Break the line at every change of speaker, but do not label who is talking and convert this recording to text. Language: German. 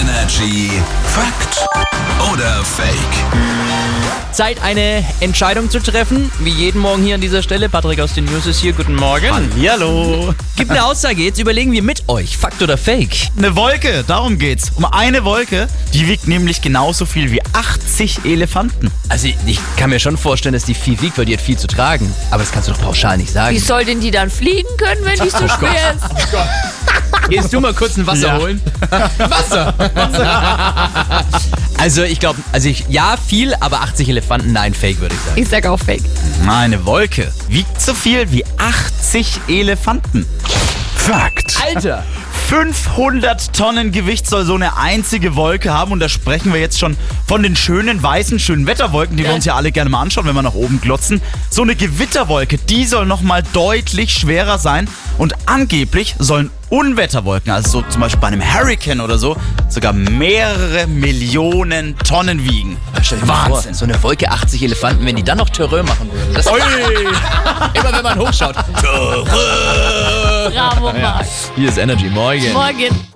Energy Fakt oder Fake?
Zeit, eine Entscheidung zu treffen. Wie jeden Morgen hier an dieser Stelle. Patrick aus den News ist hier. Guten Morgen.
Hallo.
Gibt eine Aussage. Jetzt überlegen wir mit euch. Fakt oder Fake?
Eine Wolke, darum geht's. Um eine Wolke, die wiegt nämlich genauso viel wie 80 Elefanten.
Also, ich- ich kann mir schon vorstellen, dass die viel wiegt, weil die hat viel zu tragen. Aber das kannst du doch pauschal nicht
Wie
sagen.
soll denn die dann fliegen können, wenn die so schwer ist?
Gehst du mal kurz ein Wasser
Ja.
holen? Wasser! also, ich glaube, also ich, ja, viel, aber 80 Elefanten, nein, Fake, würde ich sagen.
Ich sag auch Fake.
Eine Wolke wiegt so viel wie 80 Elefanten.
Fakt.
Alter!
500 Tonnen Gewicht soll so eine einzige Wolke haben und da sprechen wir jetzt schon von den schönen weißen, schönen Wetterwolken, die wir uns ja alle gerne mal anschauen, wenn wir nach oben glotzen. So eine Gewitterwolke, die soll nochmal deutlich schwerer sein und angeblich sollen Unwetterwolken, also so zum Beispiel bei einem Hurricane oder so, sogar mehrere Millionen Tonnen wiegen.
Stell dir mal vor, so eine Wolke 80 Elefanten, wenn die dann noch Terreur machen würden. Das immer wenn man hochschaut. Terreur!
Bravo, Marc.
Hier ist Energy Morgen.
Morgen.